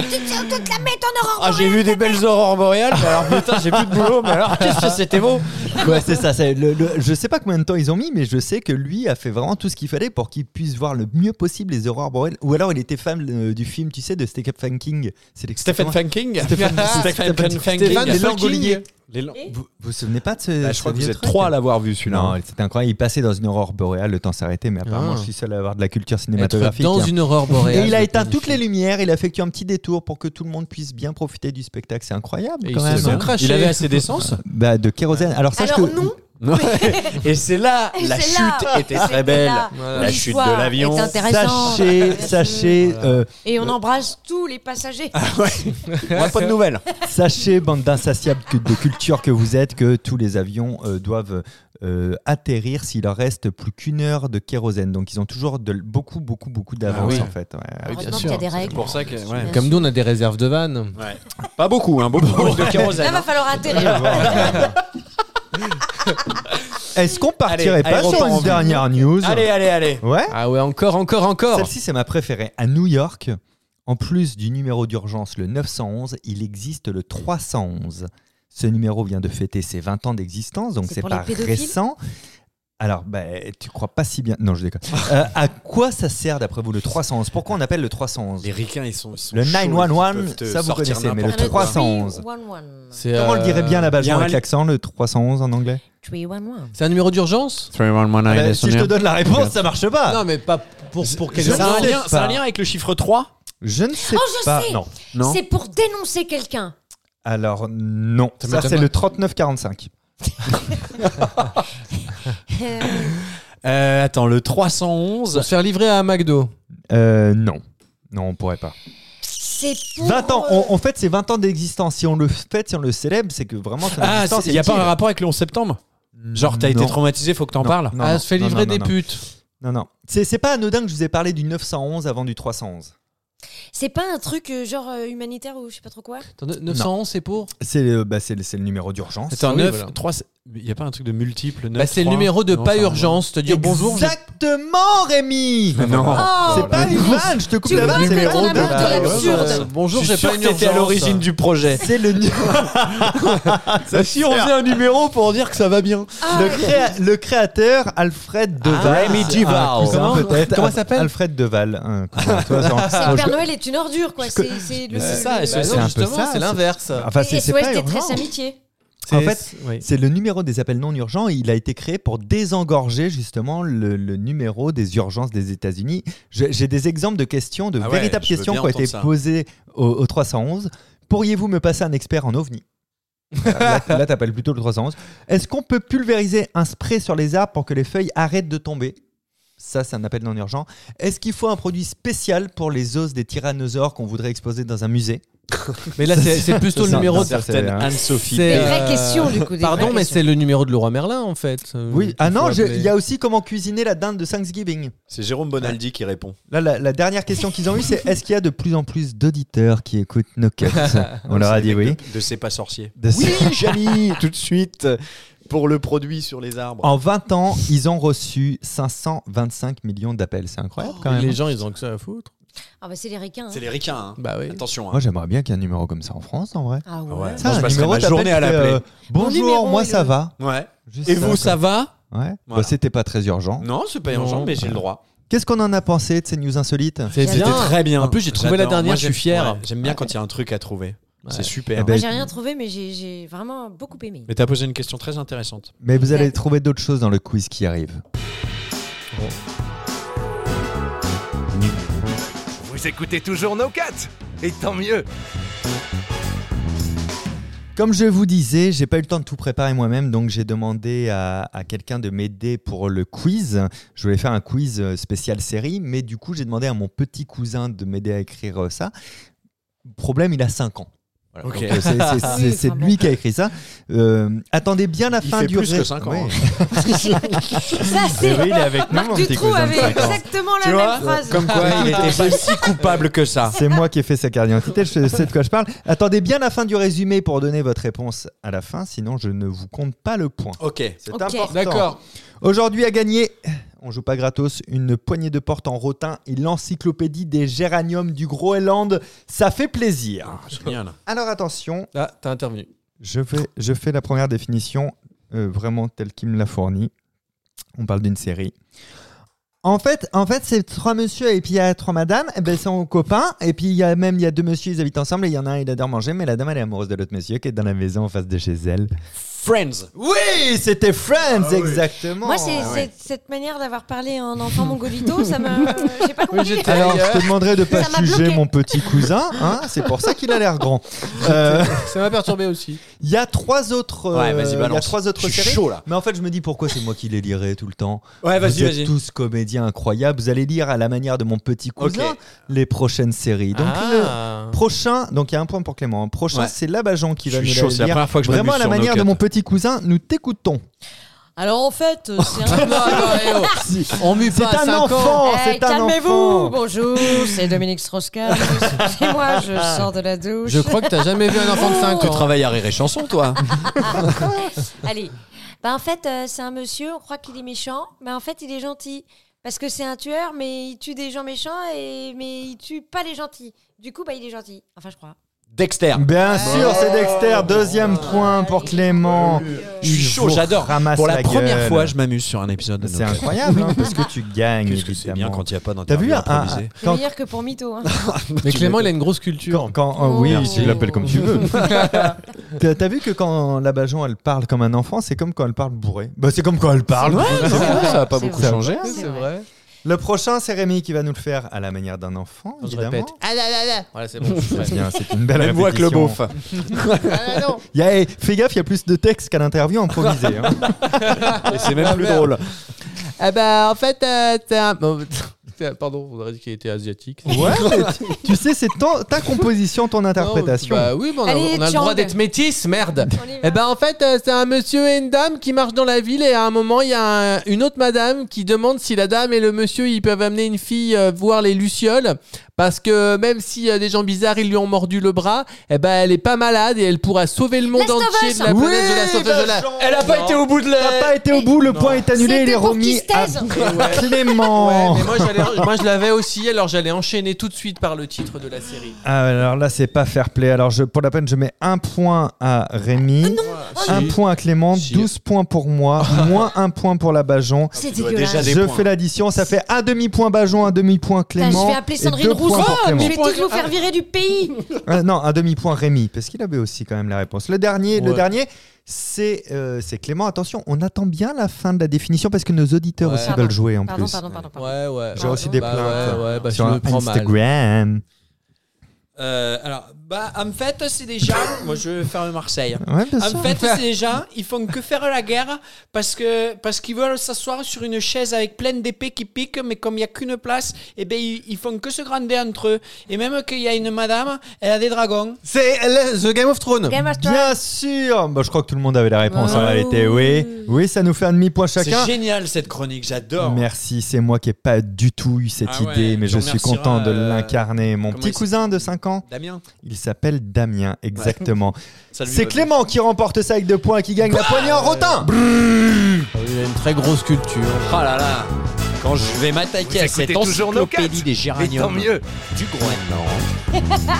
Ah, j'ai vu des belles aurores boréales, mais alors putain, j'ai plus de boulot, mais alors qu'est-ce que c'était beau
[LAUGHS] Ouais, c'est ça. c'est le- le- je sais pas combien de temps ils ont mis, mais je sais que lui a fait vraiment tout ce qu'il fallait pour qu'il puisse voir le mieux possible les aurores boréales. Ou alors il était fan euh, du film, tu sais, de Stephen King. C'est les-
Stephen
comment-
King [LAUGHS]
Stephen- Stephen- Stephen-
Les
Stephen-
Langoliers.
Vous vous vous souvenez pas de ce.
Bah,
ce
je crois que
vieux
vous êtes
truc
trois à l'avoir vu celui-là. hein.
Non, c'était incroyable. Il passait dans une aurore boréale, le temps s'arrêtait, mais apparemment
Ah.
je suis seul à avoir de la culture
Être
cinématographique.
dans
[LAUGHS]
une aurore boréale.
hein. Et il a
c'est
éteint toutes les
magnifique.
lumières, il a fait qu'un petit détour pour que tout le monde puisse bien profiter du spectacle. C'est incroyable
Et
quand
ils se
même.
sont
hein.
crachés. Il avait assez [LAUGHS] d'essence
Bah, de kérosène. Alors, sache
Alors
que.
non,
Et c'est là, Ah, la
c'est
chute
là.
était
C'était
très belle.
là.
Voilà.
La
L'histoire
chute de l'avion.
est intéressante.
Sachez,
Merci.
sachez, Ah euh,
Et on embrasse tous les passagers.
On a pas de nouvelles.
sachez, bande d'insatiables que- de culture que vous êtes, que tous les avions euh, doivent euh, atterrir s'il leur reste plus qu'une heure de kérosène. Donc ils ont toujours de, beaucoup, beaucoup, beaucoup d'avance
Ah oui.
en fait. Ouais, avec-
bien
Heureusement
sûr.
qu'il y a des règles.
C'est pour ça que. ouais.
Comme nous, on a des réserves de vannes.
Pas beaucoup, hein, beaucoup de
Là,
kérosène. hein.
va falloir atterrir.
[LAUGHS]
Est-ce qu'on partirait
Allez,
pas sur
aéroport en
une
vue.
dernière news
Allez, allez, allez.
Ouais.
Ah ouais, encore, encore, encore.
Celle-ci, c'est ma préférée. À New York, en plus du numéro d'urgence, le 911, il existe le 311. Ce numéro vient de fêter ses 20 ans d'existence, donc
C'est
c'est
pour les
pas
pédophiles
récent. Alors, ben, tu crois pas si bien. Non, je déconne. [LAUGHS] Euh, à quoi ça sert, d'après vous, le 311 Pourquoi on appelle le 311
Les ricains, ils sont. ils sont
Le
chauds, ils
911,
peuvent te
ça vous
sortir
connaissez, mais le
n'importe quoi.
311.
C'est,
Comment on le
euh,
dirait bien là-bas,
y a
Jean,
un
avec
li-
l'accent, le 311 en anglais
C'est un numéro d'urgence Ah,
3119
Ben, Si je te donne la réponse, ça marche pas
Non, mais pas pour, pour quelle
C'est un,
urgence.
lien- c'est un lien avec le chiffre 3
Je ne sais
Oh, je
pas.
sais
Non.
Non
C'est pour dénoncer quelqu'un.
Alors, non.
Ça
Ça,
m'étonne
c'est
pas.
le 3945.
Euh,
Euh, Attends, le
Pour
311.
se faire livrer à un McDo.
Euh, non. Non, on pourrait pas.
c'est pour.
20 ans,
euh,
on, en fait, c'est 20 ans d'existence. Si on le fête, si on le célèbre, c'est que vraiment son
Ah,
existence
il n'y a
est
pas un
utile.
rapport avec le 11 septembre Genre, t'as été
Non.
traumatisé, faut que t'en
Non,
parles
non,
Ah,
non,
se fait
non,
livrer
non,
des
non,
putes.
Non, non. C'est c'est pas anodin que je vous ai parlé du 911 avant du 311.
C'est pas un truc euh, genre euh, humanitaire ou je sais pas trop quoi.
Attends, 911, c'est pour
C'est euh, bah, c'est le, c'est le numéro d'urgence.
Attends,
Ah oui,
9,
voilà.
3, il n'y a pas un truc de multiple 9
bah, C'est le numéro de pas urgence. Te dire bonjour. je-
Exactement, Rémi
[LAUGHS] Non.
Oh,
Ah, C'est
bah
pas une vanne, je te coupe
Ah, Tu
la
vois,
vanne, c'est
t'es
le
dans
numéro
la merde de
d'urgence.
l'absurde.
Euh, Bonjour,
Je suis
j'ai
sûr
pas
que
une
t'étais à
urgence.
l'origine du
[LAUGHS]
projet.
C'est le numéro.
Si on faisait un numéro pour dire que ça va bien.
Ah,
Le, créa- le créateur Alfred Deval.
Rémi
un
Givard.
cousin,
Comment
peut-être.
Comment il s'appelle
Alfred Deval. un cousin. Toi, Jean.
C'est
Oh,
le
je-
Père Noël est une ordure quoi. C'est c'est le.
c'est ça,
le-
SOS
Bah
C'est
non,
un peu ça,
justement,
c'est-
c'est l'inverse.
Enfin, c'est c'est
SOS
pas urgent.
détresse amitié.
En fait, c'est le numéro des appels non urgents. Il a été créé pour désengorger justement le, le numéro des urgences des États-Unis. Je- J'ai des exemples de questions, de
Ah ouais,
véritables
je veux
questions
bien
qui ont été
entendre ça.
posées au, au 311. Pourriez-vous me passer un expert en ovni Là, t- là, t'appelles plutôt le 311. Est-ce qu'on peut pulvériser un spray sur les arbres pour que les feuilles arrêtent de tomber ça, c'est un appel non urgent. Est-ce qu'il faut un produit spécial pour les os des tyrannosaures qu'on voudrait exposer dans un musée
Mais là, c'est c'est plutôt le
ça,
numéro.
ça, ça,
certaine
c'est-
Anne-Sophie.
c'est,
Des
euh,
vraies questions du coup. des
Pardon,
vraies
mais
questions.
c'est le numéro de Leroy Merlin en fait. euh,
Oui.
qu'il
Ah
faut
non, je-
appeler.
il y a aussi comment cuisiner la dinde de Thanksgiving.
C'est Jérôme Bonaldi qui répond.
Là, la, la dernière question qu'ils ont eue, c'est est-ce qu'il y a de plus en plus d'auditeurs qui écoutent nos cuts On leur a dit oui.
De C'est pas sorcier.
De-
Oui, Jamy, tout de suite pour le produit sur les arbres.
En 20 ans, ils ont reçu 525 millions d'appels. C'est incroyable quand même.
Oh, Les gens, ils ont que ça à foutre.
Ah, bah, c'est les requins. hein.
C'est les ricains. hein.
Bah oui.
Attention. hein.
Moi, j'aimerais bien qu'il y ait un numéro comme ça en France, en vrai.
Ah ouais.
Ouais.
Ça,
Moi, je
un
passerai
numéro
ma
d'appel
journée à
qui fait,
l'appeler.
euh, Bonjour,
numéro,
moi
il
ça
le-
va.
Ouais.
Juste
Et vous, ça va
Ouais. Bah,
Voilà.
C'était pas très urgent.
Non, c'est pas
Non.
urgent, mais j'ai le droit.
Qu'est-ce qu'on en a pensé de ces news insolites
C'est
C'était
bien.
bien.
En plus, j'ai trouvé la
J'adore.
dernière,
Moi,
je
j'aime-
suis fier.
ouais, J'aime bien quand il y a un truc à trouver. C'est
Ouais.
Eh
super.
ben,
Moi, j'ai rien trouvé, mais j'ai- j'ai vraiment beaucoup aimé.
Mais t'as posé une question très intéressante.
Mais vous allez trouver d'autres choses dans le quiz qui arrive.
Vous écoutez toujours No Cut Et tant mieux
Comme je vous disais, j'ai pas eu le temps de tout préparer moi-même, donc j'ai demandé à, à quelqu'un de m'aider pour le quiz. Je voulais faire un quiz euh, spécial série, mais du coup, j'ai demandé à mon petit cousin de m'aider à écrire euh, ça. Problème, il a 5 ans. Voilà,
Ok.
donc, euh, c'est- [LAUGHS] c'est-
Oui,
C'est c'est
enfin bon.
lui qui a écrit ça. Euh, attendez bien la
Il
fin
fait
du
plus que
ré-
cinq ans.
Ouais. [LAUGHS]
[LAUGHS]
[LAUGHS]
Ça
hein. Eh
c'est.
oui, il est avec nous, mon
Marc
petit
Dutroux
cousin. de
avait
cinq ans. euh,
exactement la
Tu vois
même phrase.
Comme quoi, il était pas si coupable que ça.
C'est moi qui ai fait sa carte d'identité, je sais de quoi je parle. Attendez bien la fin du résumé pour donner votre réponse à la fin, sinon je ne vous compte pas le point.
Ok.
C'est
Ok.
important.
Ah. D'accord.
Aujourd'hui à gagner, on joue pas gratos, une poignée de porte en rotin et l'encyclopédie des géraniums du Groenland. Ça fait plaisir.
Génial.
Alors attention,
Ah, t'as intervenu.
je fais, je fais la première définition. euh, vraiment tel qu'il me l'a fourni. On parle d'une série. En fait, en fait, c'est trois messieurs et puis il y a trois madames. Eh ben, c'est en copain. Et puis il y a même il y a deux messieurs, ils habitent ensemble. Et il y en a un, il adore manger, mais la dame elle est amoureuse de l'autre monsieur qui est dans la maison en face de chez elle.
Friends.
Oui, c'était Friends, exactement.
Moi, c'est c'est- cette manière d'avoir parlé en enfant
[LAUGHS]
mongolito, ça m'a. J'ai pas compris.
j'étais-
Alors, je te demanderai de pas
Ça m'a
juger
bloqué.
mon petit cousin. hein, c'est pour ça qu'il a l'air
[LAUGHS]
grand. Euh,
Ça m'a perturbé aussi.
Il y a trois autres. euh,
Ouais, vas-y,
il y a
balance.
trois autres
Je suis
séries.
chaud, là.
Mais en fait, je me dis pourquoi c'est moi qui les lirai tout le temps.
Ouais, vas-y,
Vous êtes
vas-y.
tous comédiens incroyables. Vous allez lire à la manière de mon petit cousin
Ok.
les prochaines séries. Donc le
Ah.
prochain, donc il y a un point pour Clément. Le Prochain,
Ouais.
c'est Labajon qui
Je
va
suis
nous
chaud,
la
c'est la
lire.
première fois que je
Vraiment à
m'amuse
la
sur
manière
No
de
Cut.
mon petit cousin, nous t'écoutons.
Alors en
[LAUGHS]
fait, euh, c'est un.
Non, non, eh oh. On mue
Ah,
C'est
pas à
un
5 ans.
enfant,
Eh,
c'est un
Calmez-vous,
enfant.
bonjour, c'est
[LAUGHS]
Dominique Strauss-Kahn. C'est moi, je sors de la douche.
Je crois que t'as jamais vu un enfant de 5
Tu
ans.
travailles à Rire et Chanson, toi
Allez. Bah en fait, euh, c'est un monsieur, on croit qu'il est méchant, mais en fait, il est gentil. Parce que c'est un tueur, mais il tue des gens méchants, et... mais il tue pas les gentils. Du coup, bah, il est gentil. Enfin, je crois.
[LAUGHS]
Dexter.
Bien sûr, c'est Dexter. Deuxième point pour Clément.
Je suis
Il
chaud,
vous
j'adore.
ramasse
Pour la,
la
première
gueule.
fois, je m'amuse sur un épisode de
C'est
No Cut.
incroyable hein, parce que tu gagnes.
Qu'est-ce que c'est bien
évidemment.
quand il n'y a pas
T'as vu
d'interview
un, un-
improvisée.
Plus
quand,
meilleur que pour Mito. Hein.
Mais
Tu
Clément,
m'étonnes.
il a une grosse culture.
quand- oh oui,
Merci.
tu l'appelles comme tu veux.
[LAUGHS]
T'as t'as vu que quand la Bajon elle parle comme un enfant, c'est comme quand elle parle bourrée. Bah c'est comme quand elle parle.
C'est vrai, ça n'a pas
C'est
beaucoup
vrai.
changé.
C'est
Ah, C'est
vrai.
vrai.
Le prochain c'est Rémi qui va nous le faire à la manière d'un enfant.
Je
évidemment.
répète. Ah là là là. Voilà, c'est bon. je [LAUGHS] suis prêt.
Très bien, c'est une belle
Même voix que le
répétition.
beauf.
Ah non.
Il y a- eh, fais gaffe, il y a plus de texte qu'à l'interview improvisée. hein.
Et c'est même plus
merde.
drôle.
Ah bah en fait, euh, t'es un- [LAUGHS] bon, t'es- Pardon, on aurait dit qu'il était asiatique.
Ouais, mais tu, tu sais, c'est ton- ta composition, ton interprétation.
Non, bah oui, mais on a,
Allez,
on a le droit
Chang.
d'être métis, merde.
On y va.
Eh ben en fait, euh, c'est un monsieur et une dame qui marchent dans la ville et à un moment, il y a un- une autre madame qui demande si la dame et le monsieur, ils peuvent amener une fille euh, voir les lucioles parce que même si euh, des gens bizarres, ils lui ont mordu le bras, eh ben elle est pas malade et elle pourra sauver le monde
Last of
entier
Us.
de la
Oui, bah,
planète de la sauveuse de la...
Vincent.
[LAUGHS] Elle a pas été au bout de la...
T'as pas été au bout, le point est annulé, il est
C'était pour
remis
qu'il se taise.
à
Ouais,
Oh.
Clément.
mais moi,
[LAUGHS]
j'allais- moi, je l'avais aussi, alors j'allais enchaîner tout de suite par le titre de la série.
Ah, alors là, c'est pas fair play. Alors je, pour la peine, je mets un point à Rémi, un point à Clément,
Ah Si. Ah.
12 points pour moi, moins un point pour la Bajon.
C'est
dois déjà
dégueulasse.
des
Je
points.
fais l'addition, ça fait un demi-point Bajon, un demi-point Clément.
Putain, je vais appeler
et
Sandrine
deux
Rousseau.
points pour
Ah,
Clément.
Je vais tous vous faire virer du pays.
Euh, non, un demi-point Rémi, parce qu'il avait aussi quand même la réponse. Le dernier, le
Ouais.
dernier c'est euh, c'est Clément. Attention, on attend bien la fin de la définition parce que nos auditeurs
Ouais.
aussi
Pardon,
veulent jouer en
Pardon,
plus.
pardon, pardon. pardon.
Ouais, ouais.
J'ai reçu des
Bah
plaintes
ouais, ouais, bah,
sur
je le prends mal.
Instagram.
Euh, alors, bah, en fait, c'est des gens. moi, je vais faire le Marseille.
Ouais,
Ah,
bien sûr.
En fait, c'est des gens, ils font que faire la guerre parce que parce qu'ils veulent s'asseoir sur une chaise avec plein d'épées qui piquent, mais comme il n'y a qu'une place, et ben ils, ils font que se grander entre eux. Et même qu'il y a une madame, elle a des dragons.
C'est le- The Game of Thrones.
Game of Thrones.
Bien sûr bah, Je crois que tout le monde avait la réponse en
Ouais.
réalité, oui. Oui, ça nous fait un demi-point chacun.
C'est génial cette chronique, j'adore.
Merci, c'est moi qui n'ai pas du tout eu cette
Ah ouais,
idée, mais
tu
je suis
remercieras,
content de
euh,
l'incarner. Mon
comment
petit
il
cousin de 5 ans,
Damien,
il s'appelle Damien, exactement.
[LAUGHS] ça lui
C'est
va bien. Bah
Clément qui remporte ça avec deux points et qui gagne la poignée en rotin
Il a une très grosse culture.
Oh là là,
Ah Quand je vais m'attaquer à cette
écoutez toujours nos
encyclopédie
quatre.
des
Mais tant
géraniums
mieux.
du Groenland.
Ah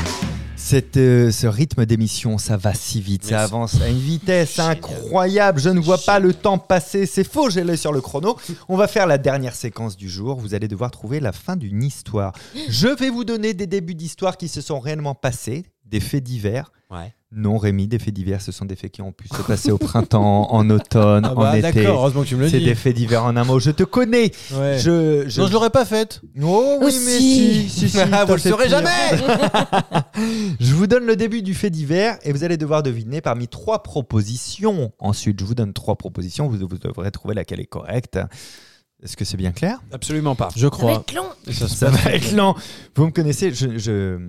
Cette, euh, ce rythme d'émission, ça va si vite, ça
Merci.
avance à une vitesse incroyable. Je ne vois pas le temps passer, c'est faux, j'ai l'œil sur le chrono. On va faire la dernière séquence du jour. Vous allez devoir trouver la fin d'une histoire. Je vais vous donner des débuts d'histoires qui se sont réellement passés, des faits divers.
Ouais.
Non, Rémi, des faits divers, ce sont des faits qui ont pu se passer au printemps,
[LAUGHS]
en automne,
Ah
Bah,
bah,
en été.
heureusement que tu me
bah, C'est des faits divers en un mot. Je te connais.
Ouais.
Je, je...
Non, je l'aurais pas faite.
Oh oui, mais si,
Aussi.
si,
[LAUGHS]
si,
Ah, vous le
t'en fais
saurez
plus.
jamais
Je vous donne le début du fait divers et vous allez devoir deviner parmi trois propositions. Ensuite, je vous donne trois propositions. Vous, vous devrez trouver laquelle est correcte. Est-ce que c'est bien clair
Absolument pas.
Je
Ça va
crois.
être long.
Ça va être lent. Vous me connaissez, je, je, je-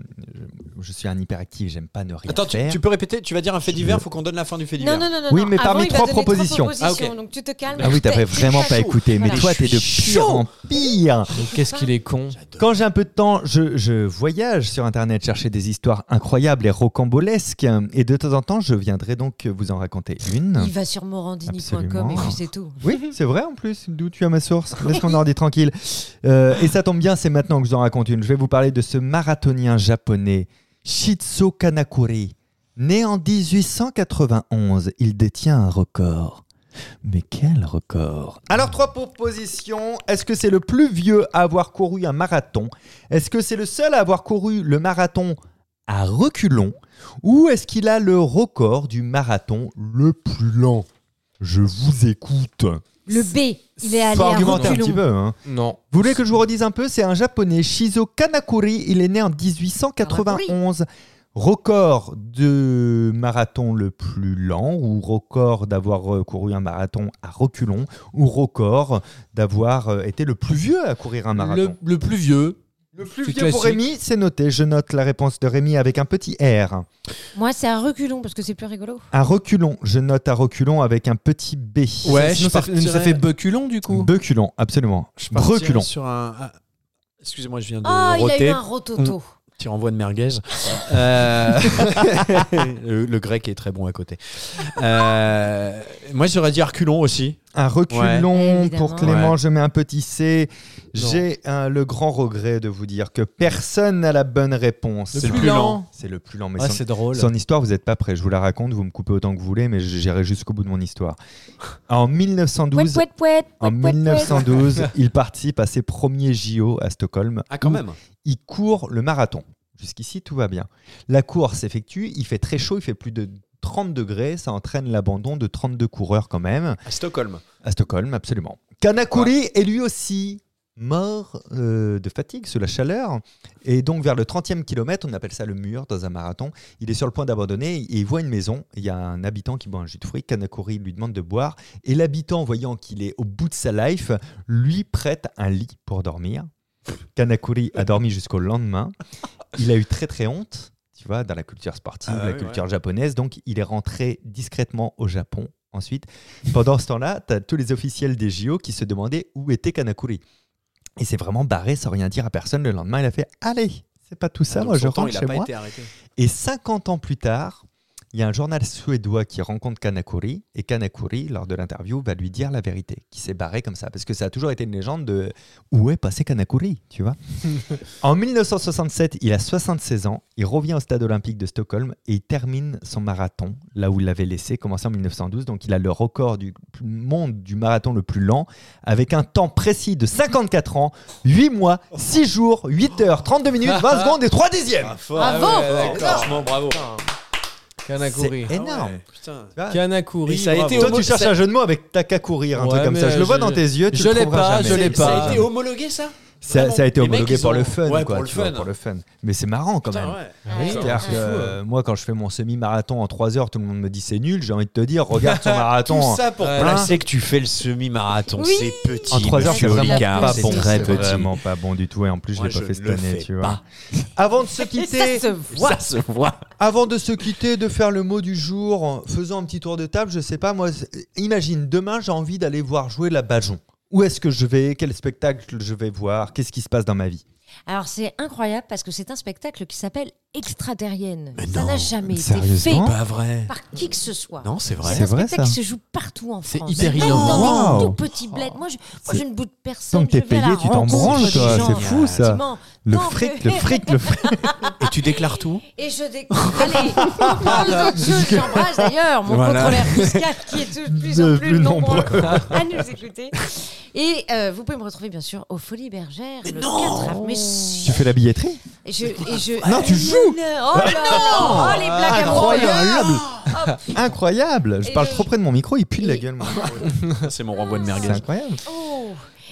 je suis un hyperactif, j'aime pas ne rien
Attends, tu,
faire.
tu peux répéter Tu vas dire un fait divers, faut qu'on donne la fin du fait divers.
Non, non, non, non.
Oui,
non.
mais
Avant,
parmi
il va
trois
donner trois
propositions.
propositions.
Ah, ok.
Donc tu te calmes.
Ah oui, t'avais
T'es-
vraiment
t'es
pas
chaud.
écouté, mais
Voilà.
toi, t'es de pire en pire.
Qu'est-ce qu'il est con.
Quand j'ai un peu de temps, je, je voyage sur Internet chercher des histoires incroyables et rocambolesques. Et de temps en temps, je viendrai donc vous en raconter une.
Il va sur morandini.com et
Absolument.
puis c'est tout.
Oui, c'est vrai en plus, d'où tu as ma source. Laisse mon ordi tranquille. Euh, et ça tombe bien, c'est maintenant que je vous en raconte une. Je vais vous parler de ce marathonien japonais, Shitsu Kanakuri. Né en 1891, il détient un record. Mais quel record Alors, trois propositions. Est-ce que c'est le plus vieux à avoir couru un marathon Est-ce que c'est le seul à avoir couru le marathon à reculons Ou est-ce qu'il a le record du marathon le plus lent Je vous écoute.
Le B, il est allé
Faut
à
argumenter un petit
reculons.
peu. hein.
Non.
Vous voulez que je vous redise un peu C'est un japonais, Shizo Kanakuri. Il est né en 1891. Record de marathon le plus lent, ou record d'avoir euh, couru un marathon à reculons, ou record d'avoir euh, été le plus vieux à courir un marathon.
Le, le plus vieux.
Le plus
C'est
vieux pour
classique.
Rémi, c'est noté. Je note la réponse de Rémi avec un petit R.
Moi, c'est un reculons parce que c'est plus rigolo.
Un reculon, je note un reculon avec un petit B.
Ouais,
sinon, ça
ça, fait-
partirait-
ça fait beculon du coup.
Beculon, absolument. Reculon.
Sur un. ah, Excusez-moi, je viens de
Oh, il a eu
roter.
un rototo.
Tu renvoies de merguez.
[LAUGHS]
Euh, [LAUGHS] le, le grec est très bon à côté. Euh, moi, j'aurais dit Arculon aussi.
Un
Ouais.
reculon
Évidemment.
pour Clément,
Ouais.
je mets un petit C. J'ai un- le grand regret de vous dire que personne n'a la bonne réponse.
Le C'est le plus plus lent. lent.
C'est le plus lent, mais
Ah,
son,
drôle.
son histoire, vous n'êtes pas prêts. Je vous la raconte, vous me coupez autant que vous voulez, mais j'irai jusqu'au bout de mon histoire. En 1912,
Pouet, pouet, pouet,
en
pouet, pouet.
1912 il participe à ses premiers JO à Stockholm.
Ah, quand
où
même.
il court le marathon. Jusqu'ici, tout va bien. La course s'effectue, il fait très chaud, il fait plus de 30 degrés, ça entraîne l'abandon de 32 coureurs quand même,
À Stockholm.
à Stockholm, absolument. Kanakuri est lui aussi mort euh, de fatigue sous la chaleur, et donc vers le 30e kilomètre, on appelle ça le mur dans un marathon, il est sur le point d'abandonner, et il voit une maison, il y a un habitant qui boit un jus de fruits, Kanakuri lui demande de boire, et l'habitant, voyant qu'il est au bout de sa life, lui prête un lit pour dormir. Kanakuri a dormi jusqu'au lendemain. Il a eu très très honte, tu vois, dans la culture sportive,
Ah
la
oui,
culture japonaise. Donc il est rentré discrètement au Japon. Ensuite, pendant ce temps-là, tu as tous les officiels des JO qui se demandaient où était Kanakuri. Il s'est vraiment barré sans rien dire à personne. Le lendemain, il a fait Allez, c'est pas tout ça,
Ah,
moi
donc,
je
son temps,
rentre
il a
chez
pas
moi.
été arrêté.
Et 50 ans plus tard, il y a un journal suédois qui rencontre Kanakuri et Kanakuri, lors de l'interview, va lui dire la vérité, qui s'est barré comme ça, parce que ça a toujours été une légende de où est passé Kanakuri, tu vois. en 1967, il a 76 ans, il revient au stade olympique de Stockholm et il termine son marathon, là où il l'avait laissé, commencé en 1912, donc il a le record du monde du marathon le plus lent, avec un temps précis de 54 ans, 8 mois, 6 jours, 8 heures, 32 minutes, 20 secondes et 3
Ah,
dixièmes.
Ah,
Bravo
Franchement, bravo.
Kanakuri.
Mmh.
Ah
C'est énorme.
Putain.
Kanakuri.
Et ça a été
Toi,
homo-
tu cherches
ça-
un jeu de mots avec tac à courir, un
Ouais,
truc comme
mais
ça. Je le vois
je-
dans tes yeux, tu
je
le
l'ai
trouveras
pas,
jamais.
je l'ai
Ça
pas.
a été homologué, ça
Ça, ça a été
Les mecs,
homologué
ils
pour
ont-
le fun,
Ouais,
quoi,
pour le
tu vois,
fun.
pour le fun. Mais c'est marrant quand
Putain,
même.
ouais. hein.
Ouais.
C'est-à-dire que
Ouais.
euh, moi, quand je fais mon semi-marathon en 3 heures, tout le monde me dit c'est nul. J'ai envie de te dire, regarde ton marathon.
[LAUGHS] Tout
en-
ça pour
hein. Ouais.
placer que tu fais le semi-marathon.
Oui.
C'est petit.
En 3 heures, c'est
monsieur
vraiment
Olicard,
pas
c'est
bon.
très
C'est [LAUGHS]
petit.
vraiment pas bon du tout. Et en plus,
Moi,
je l'ai pas
je
fait cette
ne le
année,
fais
tu vois.
pas.
Avant de [LAUGHS] se
Ça
quitter,
se voit.
Ça se voit.
Avant de se quitter, de faire le mot du jour, faisons un petit tour de table. Je sais pas, moi, c'est- imagine, demain, j'ai envie d'aller voir jouer la Bajon. Où est-ce que je vais Quel spectacle je vais voir Qu'est-ce qui se passe dans ma vie
Alors, c'est incroyable parce que c'est un spectacle qui s'appelle Extraterrienne.
Mais
Ça
non,
n'a jamais été fait
sérieusement
Pas vrai.
par qui que ce soit.
Non, c'est vrai.
C'est
C'est un
vrai,
spectacle
ça
qui se joue partout en
C'est
France.
hyper
Même
innovant.
dans des
Wow.
tout petits bleds. Moi, je, moi,
C'est-
je ne boute personne.
Tant que t'es
je vais à la
payé, tu t'en
rencontre
branles,
des
toi.
gens,
C'est fou, ça.
effectivement.
Le
Tant
fric,
que-
le fric, le fric.
Et tu déclares tout
Et je dé... Allez,
[LAUGHS]
dans les autres choses, j'embrasse d'ailleurs mon
Voilà.
contrôleur fiscal qui est
[LAUGHS]
de plus
De
en plus,
plus
nombreux à nous écouter. Et euh, vous pouvez me retrouver bien sûr aux Folies Bergères le 4 avril. Mais si-
Tu fais la
[LAUGHS]
billetterie
et je, et je...
Non, tu
Oh
joues Ah,
là là, Oh, les blagues à
Incroyable Incroyable Je
Et
parle
le-
trop près de mon micro, il pue de la
Et-
gueule, moi.
[LAUGHS] C'est mon renvoi de
[LAUGHS]
C'est
merguez.
incroyable.
Oh.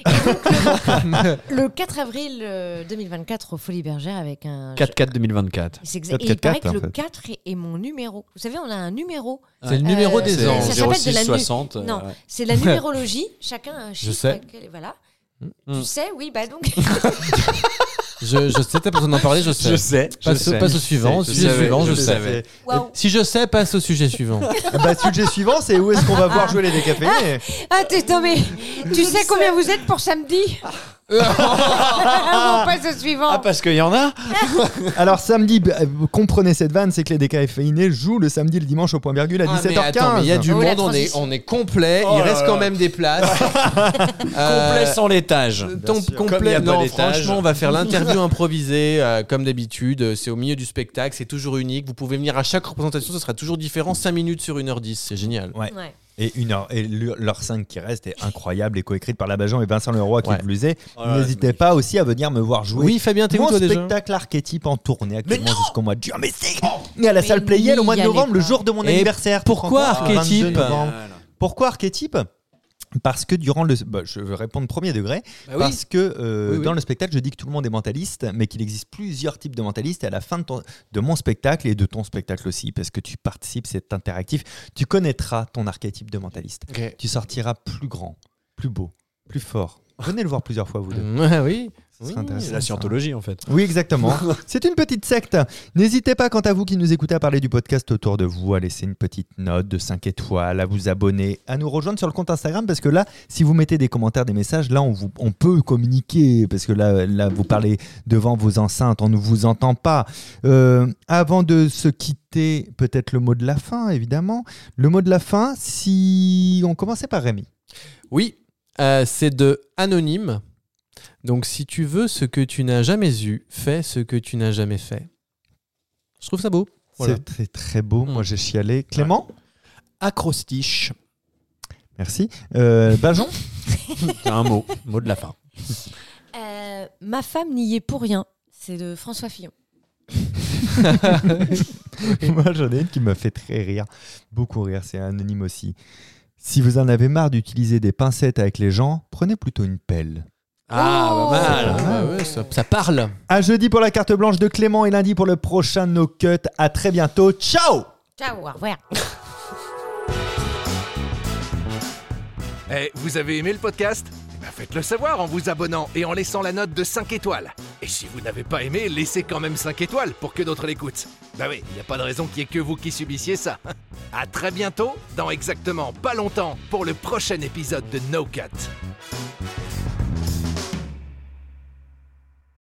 Et donc, [LAUGHS] le, le 4 avril euh, 2024 aux Folies Bergères avec un.
4-4 2024.
C'est exact.
4,
Et il
4,
paraît que
en
le
fait.
4 est- est mon numéro. Vous savez, on a un numéro.
C'est le numéro
Euh,
des
c'est-
anges.
ça s'appelle de la nu-
60.
Non,
[LAUGHS]
c'est la numérologie. Chacun a un chiffre.
sais.
quel- voilà.
Mm,
Hmm.
Tu sais, oui, bah
[LAUGHS]
donc.
Je, je sais, t'as besoin d'en parler, je sais.
sais.
Passe, au- passe au suivant, au
Je
sujet
savais,
suivant, je,
je
sais.
savais.
Waouh.
Si je sais, passe au sujet suivant. Ah,
Bah, sujet suivant, c'est où est-ce qu'on va
[LAUGHS]
voir jouer les décaféinés
Ah,
[LAUGHS]
t'es tombé. tu sais combien vous êtes pour samedi [LAUGHS] On passe au suivant.
Ah, parce qu'il y en a
Alors samedi, b- euh, vous comprenez cette vanne, c'est que les décaféinés jouent le samedi et le dimanche au point virgule à
Ah, mais
17h15.
attends, mais il y a du
Oh, la
monde, on est,
transition.
on est complet,
Oh
il
là
reste quand
là.
même des places.
[LAUGHS] Complet
Euh,
sans l'étage.
Ton
sûr.
Comme il y
complet,
a pas
non,
d'étage.
franchement, on va faire l'interview improvisée, euh, comme d'habitude. euh, C'est au milieu du spectacle, c'est toujours unique. Vous pouvez venir à chaque représentation, ce sera toujours différent. 5 minutes sur 1h10, c'est génial.
Ouais.
Et, une heure, et le- l'heure 5 qui reste est incroyable et coécrite par Labajon et Vincent Leroy qui
Ouais.
plus est.
Oh là là,
N'hésitez pas aussi à venir me voir jouer.
Oui, Fabien, t'es où
Mon
toi déjà Oh
spectacle archétype en tournée actuellement jusqu'au mois de juin. Mais c'est Mais à la
Mais
salle Playel au mois de
n'y allez
novembre, le
pas.
jour de mon
Et
anniversaire.
pourquoi
Tu te rends compte
archétype
Le 22 novembre.
Ah,
Voilà.
Pourquoi archétype parce que durant le. bah, je vais répondre premier degré.
Bah oui.
Parce que euh,
Oui, oui.
dans le spectacle, je dis que tout le monde est mentaliste, mais qu'il existe plusieurs types de mentalistes. Et à la fin de, ton- de mon spectacle et de ton spectacle aussi, parce que tu participes, c'est interactif, tu connaîtras ton archétype de mentaliste.
Ok.
Tu sortiras plus grand, plus beau, plus fort. Venez le voir plusieurs fois, vous deux.
[LAUGHS] Ouais, Mm. Ah oui.
Ce serait intéressant,
C'est la
ça.
scientologie en fait.
Oui, exactement. C'est une petite secte. N'hésitez pas, quant à vous qui nous écoutez, à parler du podcast autour de vous, à laisser une petite note de 5 étoiles, à vous abonner, à nous rejoindre sur le compte Instagram, parce que là, si vous mettez des commentaires, des messages, là, on, vous, on peut communiquer, parce que là, là, vous parlez devant vos enceintes, on ne vous entend pas. Euh, avant de se quitter, peut-être le mot de la fin, évidemment. Le mot de la fin, si on commençait par Rémi.
Oui, euh, c'est de anonyme. Donc, si tu veux ce que tu n'as jamais eu, fais ce que tu n'as jamais fait. Je trouve ça beau. Voilà.
C'est très, très beau. Moi,
Mm.
j'ai chialé. Clément,
Acrostiche.
merci. Euh, Bajon
C'est un mot, mot de la fin.
Euh, ma femme n'y est pour rien. C'est de François Fillon.
[LAUGHS] Moi, j'en ai une qui me fait très rire, beaucoup rire, c'est anonyme aussi. Si vous en avez marre d'utiliser des pincettes avec les gens, prenez plutôt une pelle.
啊
Ah,
Oh.
pas mal.
Ah, bah ouais, ça, ça parle.
À jeudi pour la carte blanche de Clément et lundi pour le prochain No Cut. À très bientôt. Ciao
Ciao, au revoir.
Eh, vous avez aimé le podcast Eh ben, Faites-le savoir en vous abonnant et en laissant la note de 5 étoiles. Et si vous n'avez pas aimé, laissez quand même 5 étoiles pour que d'autres l'écoutent. Bah oui, il n'y a pas de raison qu'il y ait que vous qui subissiez ça. [LAUGHS] À très bientôt, dans exactement pas longtemps, pour le prochain épisode de No Cut.